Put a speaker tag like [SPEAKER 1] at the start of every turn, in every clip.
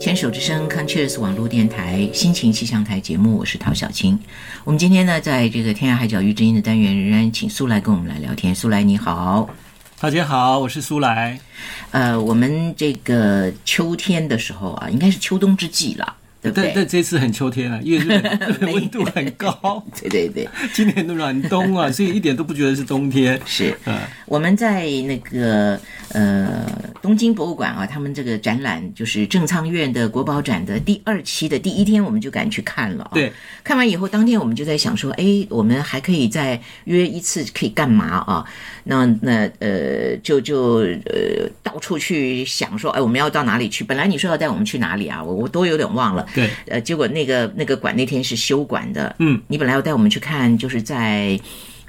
[SPEAKER 1] 全手之声 Concheers 网络电台心情气象台节目，我是陶小青。我们今天呢，在这个天涯海角遇知音的单元，仍然请苏来跟我们来聊天。苏来，你好。
[SPEAKER 2] 大姐好，我是苏来。
[SPEAKER 1] 呃，我们这个秋天的时候啊，应该是秋冬之际了，对不
[SPEAKER 2] 但
[SPEAKER 1] 对？
[SPEAKER 2] 但这次很秋天啊，因为日 本日本温度很高，
[SPEAKER 1] 对对对，
[SPEAKER 2] 今年的暖 冬啊，所以一点都不觉得是冬天。
[SPEAKER 1] 是。
[SPEAKER 2] 嗯，
[SPEAKER 1] 我们在那个呃东京博物馆啊，他们这个展览就是正仓院的国宝展的第二期的第一天，我们就赶去看了、啊。
[SPEAKER 2] 对，
[SPEAKER 1] 看完以后，当天我们就在想说，哎，我们还可以再约一次，可以干嘛啊？那那呃，就就呃到处去想说，哎，我们要到哪里去？本来你说要带我们去哪里啊？我我都有点忘了。
[SPEAKER 2] 对，
[SPEAKER 1] 呃，结果那个那个馆那天是休馆的。
[SPEAKER 2] 嗯，
[SPEAKER 1] 你本来要带我们去看，就是在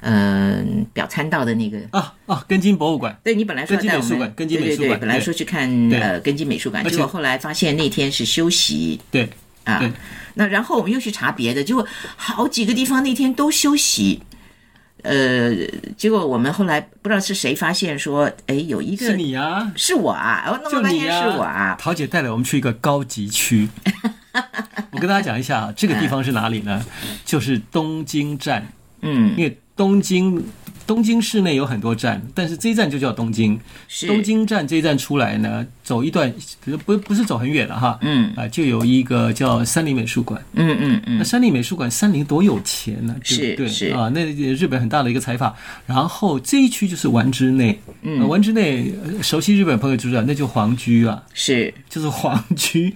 [SPEAKER 1] 呃表参道的那个
[SPEAKER 2] 啊啊，根津博物馆，
[SPEAKER 1] 对你本来说要
[SPEAKER 2] 根基
[SPEAKER 1] 带我
[SPEAKER 2] 美术
[SPEAKER 1] 们
[SPEAKER 2] 馆，根基美
[SPEAKER 1] 对
[SPEAKER 2] 术
[SPEAKER 1] 对对，
[SPEAKER 2] 馆
[SPEAKER 1] 本来
[SPEAKER 2] 对
[SPEAKER 1] 说去看
[SPEAKER 2] 对
[SPEAKER 1] 呃根基美术馆，
[SPEAKER 2] 而
[SPEAKER 1] 结
[SPEAKER 2] 且
[SPEAKER 1] 果后来发现那天是休息
[SPEAKER 2] 对
[SPEAKER 1] 啊
[SPEAKER 2] 对，
[SPEAKER 1] 那然后我们又去查别的，结果好几个地方那天都休息。呃，结果我们后来不知道是谁发现说，哎，有一个
[SPEAKER 2] 是你啊，
[SPEAKER 1] 是我啊，哦，弄
[SPEAKER 2] 就
[SPEAKER 1] 了半
[SPEAKER 2] 你
[SPEAKER 1] 天
[SPEAKER 2] 啊，
[SPEAKER 1] 是我啊，
[SPEAKER 2] 桃姐带了我们去一个高 级区。我跟大家讲一下啊，这个地方是哪里呢？就是东京站。
[SPEAKER 1] 嗯，
[SPEAKER 2] 因为东京东京市内有很多站，但是这一站就叫东京。
[SPEAKER 1] 是
[SPEAKER 2] 东京站这一站出来呢，走一段不不不是走很远了哈，
[SPEAKER 1] 嗯
[SPEAKER 2] 啊、就有一个叫三菱美术馆。
[SPEAKER 1] 嗯嗯嗯，
[SPEAKER 2] 那三菱美术馆，三菱多有钱呢、对
[SPEAKER 1] 是
[SPEAKER 2] 不对？
[SPEAKER 1] 是
[SPEAKER 2] 啊，那日本很大的一个财阀。然后这一区就是丸之内，嗯，丸之内呃熟悉日本朋友就知道，那就皇居啊。
[SPEAKER 1] 是
[SPEAKER 2] 就是皇 居，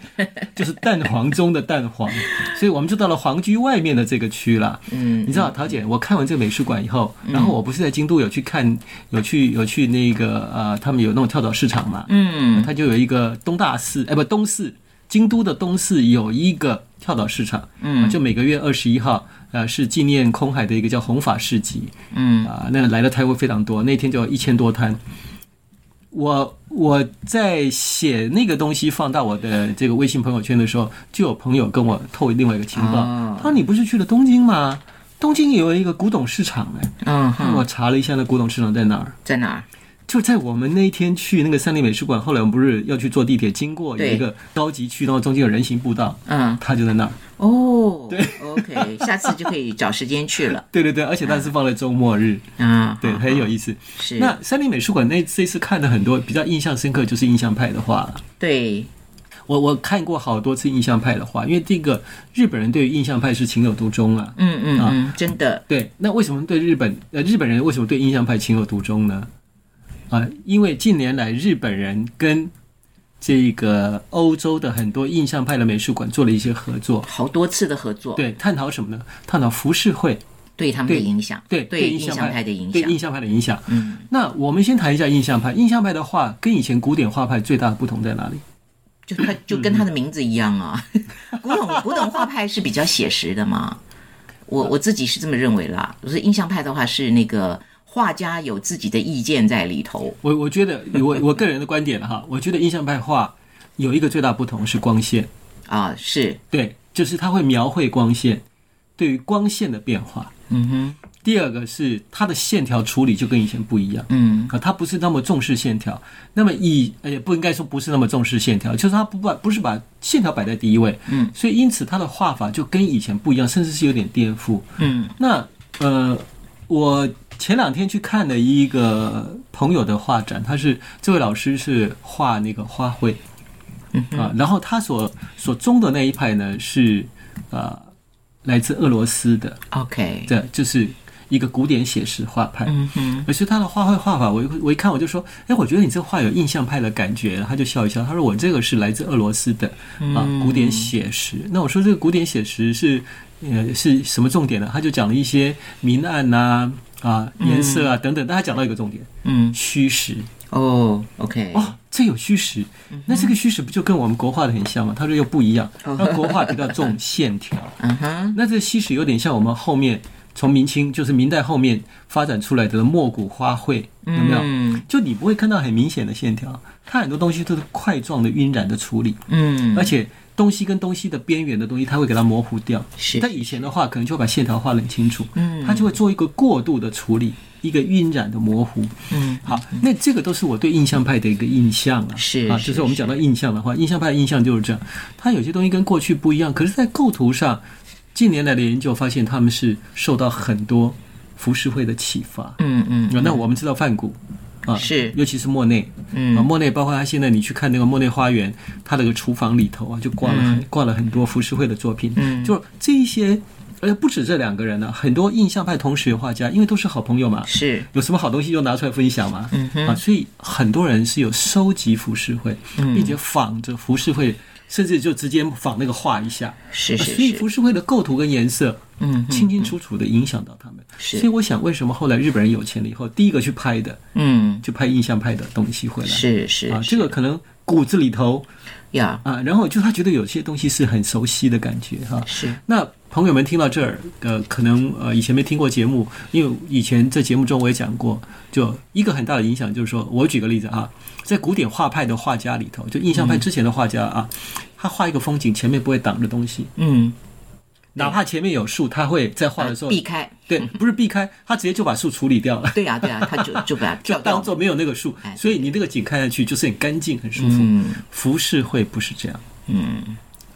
[SPEAKER 2] 就是蛋黄中的蛋黄，所以我们就到了皇居外面的这个区了。
[SPEAKER 1] 嗯，
[SPEAKER 2] 你知道，桃姐，我看完这个美术馆以后，然后我不是在京都有去看，有去有去那个呃，他们有那种跳蚤市场嘛，
[SPEAKER 1] 嗯，
[SPEAKER 2] 它就有一个东大寺，哎，不东寺，京都的东寺有一个跳蚤市场，嗯，就每个月二十一号，呃，是纪念空海的一个叫弘法市集，
[SPEAKER 1] 嗯
[SPEAKER 2] 啊、那来的摊位非常多，那天就有一千多摊。我我在写那个东西放到我的这个微信朋友圈的时候，就有朋友跟我透另外一个情报，
[SPEAKER 1] 哦
[SPEAKER 2] 他说你不是去了东京吗？东京也有一个古董市场哎、
[SPEAKER 1] 嗯
[SPEAKER 2] 那
[SPEAKER 1] 哼，
[SPEAKER 2] 我查了一下，那古董市场在哪儿？
[SPEAKER 1] 在哪儿？
[SPEAKER 2] 就在我们那一天去那个三立美术馆，后来我们不是要去坐地铁，经过有
[SPEAKER 1] 对
[SPEAKER 2] 一个高级区，然后中间有人行步道，
[SPEAKER 1] 嗯
[SPEAKER 2] 它就在那儿。
[SPEAKER 1] 哦，对，OK，下次就可以找时间去了
[SPEAKER 2] 对对对，而且它是放在周末日，
[SPEAKER 1] 啊，
[SPEAKER 2] 对，
[SPEAKER 1] 好
[SPEAKER 2] 很有意思。
[SPEAKER 1] 是
[SPEAKER 2] 那三立美术馆那这次看的很多比较印象深刻，就是印象派的画了。
[SPEAKER 1] 对，
[SPEAKER 2] 我我看过好多次印象派的画，因为这个日本人对于印象派是情有独钟啊。
[SPEAKER 1] 嗯嗯嗯，真的。
[SPEAKER 2] 对，那为什么对日本呃日本人为什么对印象派情有独钟呢？啊、因为近年来日本人跟这个欧洲的很多印象派的美术馆做了一些合作，
[SPEAKER 1] 好多次的合作，
[SPEAKER 2] 对，探讨什么呢？探讨浮世绘
[SPEAKER 1] 对他们的
[SPEAKER 2] 对
[SPEAKER 1] 影响，
[SPEAKER 2] 对
[SPEAKER 1] 对
[SPEAKER 2] 印
[SPEAKER 1] 印
[SPEAKER 2] 象
[SPEAKER 1] 象派的影
[SPEAKER 2] 对印
[SPEAKER 1] 响，
[SPEAKER 2] 象派的影响。
[SPEAKER 1] 嗯，
[SPEAKER 2] 那我们先谈一下印象派。印象派的画跟以前古典画派最大的不同在哪里？
[SPEAKER 1] 就他就跟他的名字一样啊。古董古董画派是比较写实的嘛，我我自己是这么认为啦。我说印象派的话是那个画家有自己的意见在里头，
[SPEAKER 2] 我我觉得我我个人的观点了哈，我觉得印象派画有一个最大不同是光线，
[SPEAKER 1] 啊，是，
[SPEAKER 2] 对，就是它会描绘光线，对于光线的变化。
[SPEAKER 1] 嗯哼，
[SPEAKER 2] 第二个是它的线条处理就跟以前不一样。
[SPEAKER 1] 嗯
[SPEAKER 2] 啊，它不是那么重视线条，那么以呃也不应该说不是那么重视线条，就是它不把不是把线条摆在第一位，
[SPEAKER 1] 嗯，
[SPEAKER 2] 所以因此它的画法就跟以前不一样，甚至是有点颠覆。
[SPEAKER 1] 嗯
[SPEAKER 2] 那呃，我前两天去看了一个朋友的画展，他是这位老师是画那个花卉
[SPEAKER 1] 嗯
[SPEAKER 2] 啊，然后他所所宗的那一派呢是呃来自俄罗斯的，
[SPEAKER 1] ，OK，
[SPEAKER 2] 对，就是一个古典写实画派。
[SPEAKER 1] 嗯哼，
[SPEAKER 2] 而且他的画绘画法，我一我一看我就说，哎，我觉得你这画有印象派的感觉。他就笑一笑，他说我这个是来自俄罗斯的啊古典写实。那我说这个古典写实是呃是什么重点呢？他就讲了一些明暗呐啊颜色啊等等，但他讲到一个重点，
[SPEAKER 1] 嗯，
[SPEAKER 2] 虚实。
[SPEAKER 1] 哦，OK，
[SPEAKER 2] 哦，这有虚实，那这个虚实不就跟我们国画的很像吗？他说又不一样，那国画比较重线条。
[SPEAKER 1] 嗯哼，
[SPEAKER 2] 那这西史有点像我们后面从明清，就是明代后面发展出来的墨骨花卉，有没有？
[SPEAKER 1] 嗯
[SPEAKER 2] 就你不会看到很明显的线条，它很多东西都是块状的晕染的处理，
[SPEAKER 1] 嗯，
[SPEAKER 2] 而且东西跟东西的边缘的东西，它会给它模糊掉。
[SPEAKER 1] 是
[SPEAKER 2] 但以前的话，可能就会把线条画得很清楚，
[SPEAKER 1] 嗯
[SPEAKER 2] 它就会做一个过度的处理，一个晕染的模糊。
[SPEAKER 1] 嗯，
[SPEAKER 2] 好，那这个都是我对印象派的一个印象啊。
[SPEAKER 1] 是
[SPEAKER 2] 啊，
[SPEAKER 1] 是
[SPEAKER 2] 就是我们讲到印象的话，印象派的印象就是这样，它有些东西跟过去不一样，可是，在构图上，近年来的研究发现，他们是受到很多浮世绘的启发。
[SPEAKER 1] 嗯嗯，
[SPEAKER 2] 啊那我们知道梵谷啊，
[SPEAKER 1] 是
[SPEAKER 2] 尤其是莫内，啊，
[SPEAKER 1] 嗯
[SPEAKER 2] 莫内包括他现在你去看那个莫内花园，他那个厨房里头啊，就挂了很、挂了很多浮世绘的作品，
[SPEAKER 1] 嗯，
[SPEAKER 2] 就是这一些，而且不止这两个人呢、啊很多印象派同学画家，因为都是好朋友嘛，
[SPEAKER 1] 是，
[SPEAKER 2] 有什么好东西就拿出来分享嘛，
[SPEAKER 1] 嗯哼
[SPEAKER 2] 啊，所以很多人是有收集浮世绘，
[SPEAKER 1] 嗯
[SPEAKER 2] 并且仿着浮世绘，甚至就直接仿那个画一下，
[SPEAKER 1] 是
[SPEAKER 2] 啊
[SPEAKER 1] 是
[SPEAKER 2] 所以
[SPEAKER 1] 是，
[SPEAKER 2] 浮世绘的构图跟颜色
[SPEAKER 1] 嗯
[SPEAKER 2] 清清楚楚的影响到他们，
[SPEAKER 1] 是
[SPEAKER 2] 所以我想为什么后来日本人有钱了以后，第一个去拍的
[SPEAKER 1] 嗯，
[SPEAKER 2] 就拍印象派的东西回来，
[SPEAKER 1] 是是
[SPEAKER 2] 啊，这个可能骨子里头
[SPEAKER 1] 呀，
[SPEAKER 2] 啊，然后就他觉得有些东西是很熟悉的感觉哈、
[SPEAKER 1] 是
[SPEAKER 2] 那朋友们听到这儿，呃，可能呃以前没听过节目，因为以前在节目中我也讲过，就一个很大的影响就是说，我举个例子啊，在古典画派的画家里头，就印象派之前的画家啊，他画一个风景前面不会挡着东西，
[SPEAKER 1] 嗯，
[SPEAKER 2] 哪怕前面有树，他会在画的时候、
[SPEAKER 1] 避开，
[SPEAKER 2] 对，不是避开，他直接就把树处理掉 了。
[SPEAKER 1] 对呀对呀，他就就把它
[SPEAKER 2] 就
[SPEAKER 1] 跳掉
[SPEAKER 2] 当
[SPEAKER 1] 了，
[SPEAKER 2] 做没有那个树
[SPEAKER 1] 哎，
[SPEAKER 2] 所以你那个景看下去就是很干净、很舒服。
[SPEAKER 1] 嗯
[SPEAKER 2] 浮世绘不是这样，
[SPEAKER 1] 嗯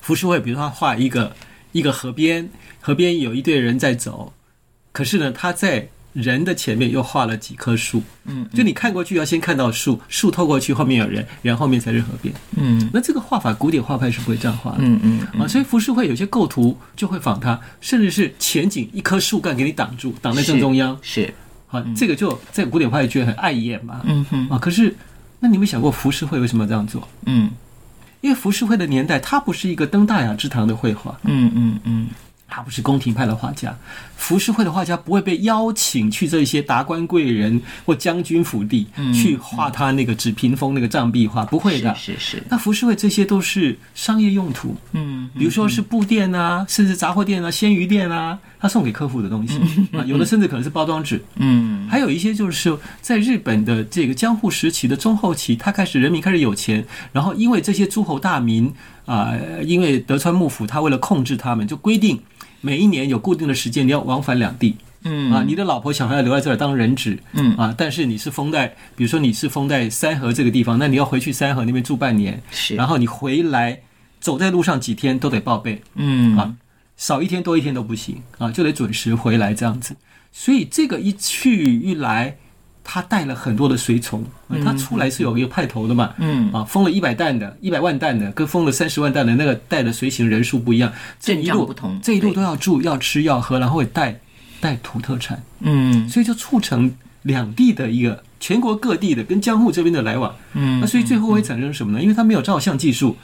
[SPEAKER 2] 浮世绘，比如说他画一个一个河边，河边有一队人在走，可是呢，他在人的前面又画了几棵树，
[SPEAKER 1] 嗯，
[SPEAKER 2] 就你看过去要先看到树，树透过去后面有人，人后面才是河边。
[SPEAKER 1] 嗯
[SPEAKER 2] 那这个画法，古典画派是不会这样画的。
[SPEAKER 1] 嗯嗯，
[SPEAKER 2] 啊，所以浮世绘有些构图就会仿它，甚至是前景一棵树干给你挡住，挡在正中央。
[SPEAKER 1] 是，
[SPEAKER 2] 好，这个就在古典画界很碍眼嘛。
[SPEAKER 1] 嗯哼
[SPEAKER 2] 啊，可是那你有没有想过浮世绘为什么要这样做？
[SPEAKER 1] 嗯
[SPEAKER 2] 因为浮世绘的年代，它不是一个登大雅之堂的绘画，
[SPEAKER 1] 嗯嗯嗯，
[SPEAKER 2] 他不是宫廷派的画家，浮世绘的画家不会被邀请去这些达官贵人或将军府邸、去画他那个纸屏风那个障壁画，不会的。
[SPEAKER 1] 嗯是是，
[SPEAKER 2] 那浮世绘这些都是商业用途，
[SPEAKER 1] 嗯
[SPEAKER 2] 比如说是布店啊，甚至杂货店啊、鲜鱼店啊，他送给客户的东西啊，有的甚至可能是包装纸，
[SPEAKER 1] 嗯
[SPEAKER 2] 还有一些就是在日本的这个江户时期的中后期，他开始人民开始有钱，然后因为这些诸侯大名啊、呃因为德川幕府他为了控制他们，就规定每一年有固定的时间你要往返两地。
[SPEAKER 1] 嗯
[SPEAKER 2] 啊，你的老婆小孩要留在这儿当人质，
[SPEAKER 1] 嗯
[SPEAKER 2] 啊，但是你是封在，比如说你是封在三河这个地方，那你要回去三河那边住半年，
[SPEAKER 1] 是
[SPEAKER 2] 然后你回来走在路上几天都得报备，
[SPEAKER 1] 嗯
[SPEAKER 2] 啊，少一天多一天都不行啊，就得准时回来这样子。所以这个一去一来，他带了很多的随从，啊他出来是有一个派头的嘛。
[SPEAKER 1] 嗯，
[SPEAKER 2] 啊，封了一百担的、一百万担的，跟封了三十万担的那个带的随行人数不一样，这一
[SPEAKER 1] 阵仗
[SPEAKER 2] 路
[SPEAKER 1] 不同
[SPEAKER 2] 这一路都要住、要吃、要喝，然后也带带土特产，
[SPEAKER 1] 嗯
[SPEAKER 2] 所以就促成两地的一个全国各地的跟江户这边的来往。
[SPEAKER 1] 嗯
[SPEAKER 2] 那所以最后会产生什么呢？因为他没有照相技术，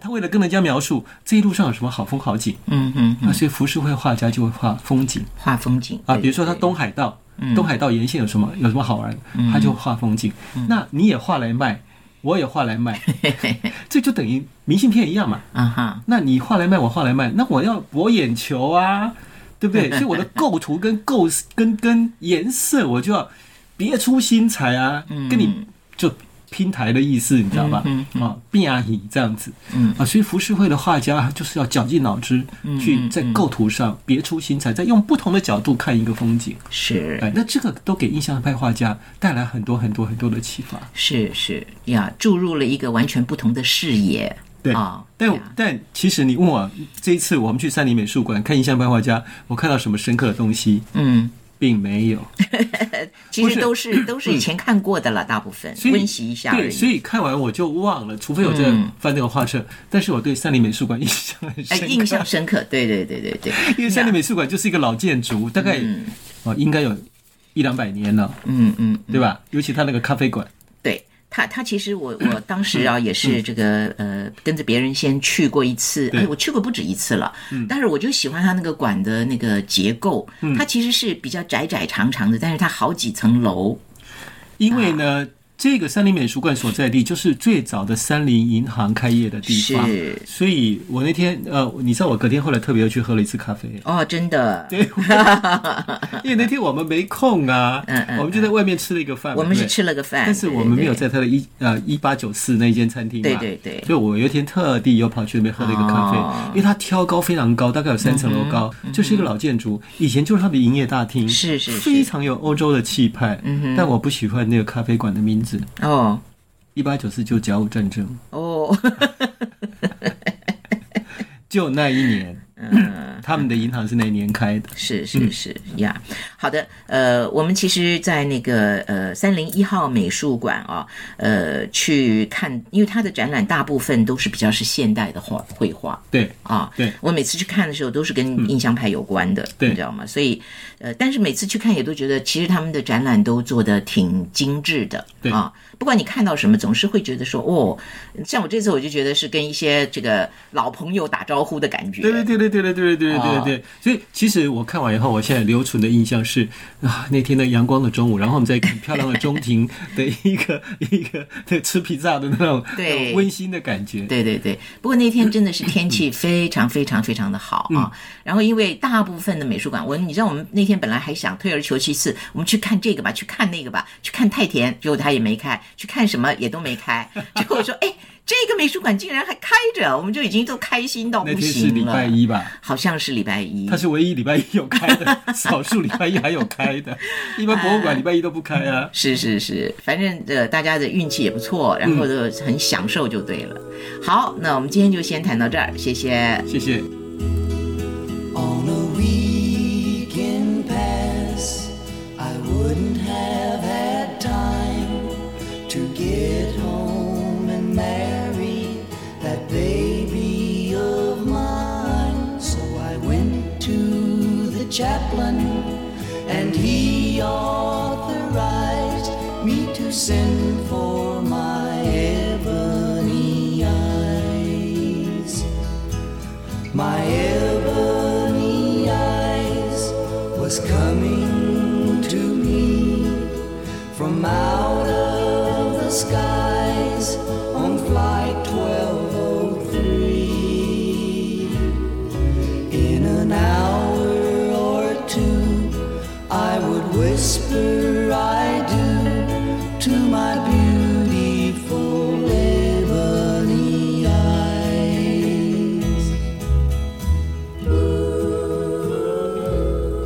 [SPEAKER 2] 他为了跟人家描述这一路上有什么好风好景，
[SPEAKER 1] 嗯嗯，
[SPEAKER 2] 那所以浮世绘画家就会画风景
[SPEAKER 1] 画风景
[SPEAKER 2] 啊，比如说他东海道，东海道沿线有什么有什么好玩，他就画风景。那你也画来卖，我也画来卖，这就等于明信片一样嘛。
[SPEAKER 1] 啊哈，
[SPEAKER 2] 那你画来卖，我画来卖，那我要博眼球啊，对不对？所以我的构图跟构思跟跟颜色，我就要别出心裁啊，跟你就拼台的意思，你知道吧？
[SPEAKER 1] 嗯
[SPEAKER 2] 啊，变啊你这样子，
[SPEAKER 1] 嗯
[SPEAKER 2] 啊，所以浮世绘的画家就是要绞尽脑汁
[SPEAKER 1] 嗯
[SPEAKER 2] 去在构图上别出心裁，再用不同的角度看一个风景。
[SPEAKER 1] 是
[SPEAKER 2] 哎，那这个都给印象派画家带来很多很多很多的启发。
[SPEAKER 1] 是是呀，注入了一个完全不同的视野。
[SPEAKER 2] 对
[SPEAKER 1] 啊，
[SPEAKER 2] 但
[SPEAKER 1] 呀
[SPEAKER 2] 但其实你问我这一次我们去三林美术馆看印象派画家，我看到什么深刻的东西，
[SPEAKER 1] 嗯，
[SPEAKER 2] 并没有。
[SPEAKER 1] 其
[SPEAKER 2] 不
[SPEAKER 1] 实
[SPEAKER 2] 是
[SPEAKER 1] 都是都是以前看过的了，大部分
[SPEAKER 2] 所以
[SPEAKER 1] 温习一下而
[SPEAKER 2] 对，所
[SPEAKER 1] 已。
[SPEAKER 2] 以看完我就忘了，除非我在翻那个画册。但是我对三林美术馆印象很
[SPEAKER 1] 嗯哎
[SPEAKER 2] 深，刻，
[SPEAKER 1] 印象深刻，对对对对对，
[SPEAKER 2] 因为三林美术馆就是一个老建筑，大概、哦应该有一两百年了，
[SPEAKER 1] 嗯嗯，
[SPEAKER 2] 对吧？尤其他那个咖啡馆。
[SPEAKER 1] 对他，他其实我我当
[SPEAKER 2] 嗯
[SPEAKER 1] 时啊也是这个呃跟着别人先去过一次，
[SPEAKER 2] 对嗯
[SPEAKER 1] 哎，我去过不止一次了，但是我就喜欢他那个馆的那个结构，它其实是比较窄窄长长的，但是它好几层楼，啊
[SPEAKER 2] 因为呢，这个三林美术馆所在地就是最早的三林银行开业的地方，
[SPEAKER 1] 是
[SPEAKER 2] 所以我那天呃，你知道我隔天后来特别又去喝了一次咖啡，
[SPEAKER 1] 哦，真的，
[SPEAKER 2] 对， 因为那天我们没空啊，
[SPEAKER 1] 嗯嗯
[SPEAKER 2] 我们就在外面吃了一个饭嘛，
[SPEAKER 1] 我们是
[SPEAKER 2] 对
[SPEAKER 1] 吃了个饭，
[SPEAKER 2] 但是我们没有在他的一呃一八九四那间餐厅嘛，
[SPEAKER 1] 对对对
[SPEAKER 2] 所以我有一天特地又跑去那边喝了一个咖啡，
[SPEAKER 1] 哦嗯
[SPEAKER 2] 因为它挑高非常高，大概有三层楼高，就是一个老建筑，以前就是它的营业大厅，
[SPEAKER 1] 是是是
[SPEAKER 2] 非常有欧洲的气派，嗯、但我不喜欢那个咖啡馆的名字，
[SPEAKER 1] 对哦
[SPEAKER 2] 一八九四就甲午战争，
[SPEAKER 1] 哦，
[SPEAKER 2] 就那一年，
[SPEAKER 1] 嗯。
[SPEAKER 2] 他们的银行是那一年开的，
[SPEAKER 1] 是是是呀好的，呃，我们其实，在那个呃三零一号美术馆啊，呃，去看，因为它的展览大部分都是比较是现代的画绘画
[SPEAKER 2] 对
[SPEAKER 1] 啊。
[SPEAKER 2] 对
[SPEAKER 1] 我每次去看的时候都是跟印象派有关的，
[SPEAKER 2] 嗯对
[SPEAKER 1] 你知道吗？所以，呃，但是每次去看也都觉得，其实他们的展览都做的挺精致的，
[SPEAKER 2] 对
[SPEAKER 1] 啊。不管你看到什么，总是会觉得说，哦，像我这次我就觉得是跟一些这个老朋友打招呼的感觉，
[SPEAKER 2] 对对对对对对对对对对对所以其实我看完以后，我现在留存的印象是啊， 那天的阳光的中午，然后我们在很漂亮的中庭的一个 一个对吃披萨的那种
[SPEAKER 1] 对
[SPEAKER 2] 那种温馨的感觉。
[SPEAKER 1] 对对对，不过那天真的是天气非常非常非常的好
[SPEAKER 2] 嗯
[SPEAKER 1] 啊。然后因为大部分的美术馆，我你知道我们那天本来还想退而求其次，我们去看这个吧，去看那个吧，去看太田，结果他也没开，去看什么也都没开。 结果我说，哎，这个美术馆竟然还开着，我们就已经都开心到
[SPEAKER 2] 那
[SPEAKER 1] 不
[SPEAKER 2] 天是礼
[SPEAKER 1] 行
[SPEAKER 2] 拜
[SPEAKER 1] 了。
[SPEAKER 2] 一吧，
[SPEAKER 1] 好像是礼拜一
[SPEAKER 2] 它，是唯一礼拜一有开的， 少数礼拜一还有开的，一般博物馆礼拜一都不开啊。
[SPEAKER 1] 是是是，反正呃大家的运气也不错，然后
[SPEAKER 2] 嗯
[SPEAKER 1] 就很享受就对了。好，那我们今天就先谈到这儿，谢谢。
[SPEAKER 2] 谢谢。
[SPEAKER 3] On a weekend pass, I wouldn't have had time to get home and marry that baby of mine. So I went to the chaplain, and he authorized me to send for my ebony eyes my ebony eyes was coming to me from out of the skies on flight 1203 in an hour or two i would whisper i do to my beautiful ebony eyes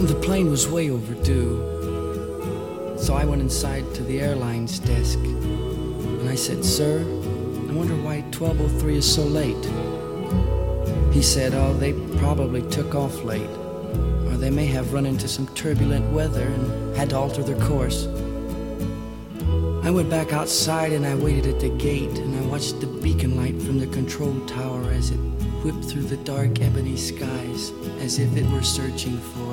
[SPEAKER 4] The plane was way overdue. So I went inside to the airline's desk. And I said, Sir, I wonder why 1203 is so late. He said, Oh, they probably took off late. Or they may have run into some turbulent weather and had to alter their course. I went back outside and I waited at the gate and I watched the beacon light from the control tower as it whipped through the dark ebony skies as if it were searching for.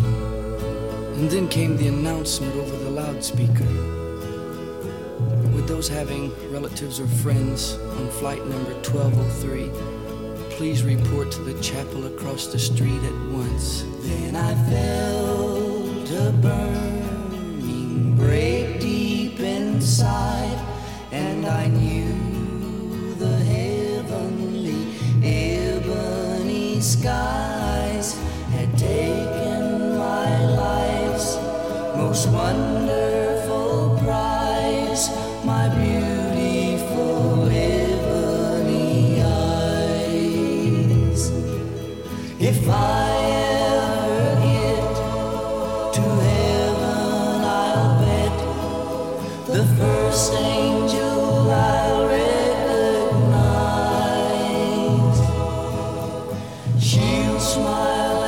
[SPEAKER 4] And then came the announcement over the loudspeaker. Would those having relatives or friends on flight number 1203 please report to the chapel across the street at once?
[SPEAKER 3] Then I felt a burning break deep inside, and I knew the heavenly ebony skies had taken my life's most wonderful prize, my beautiful ebony eyes. If I ever get to heaven, I'll bet the first angel I'll recognize. She'll smile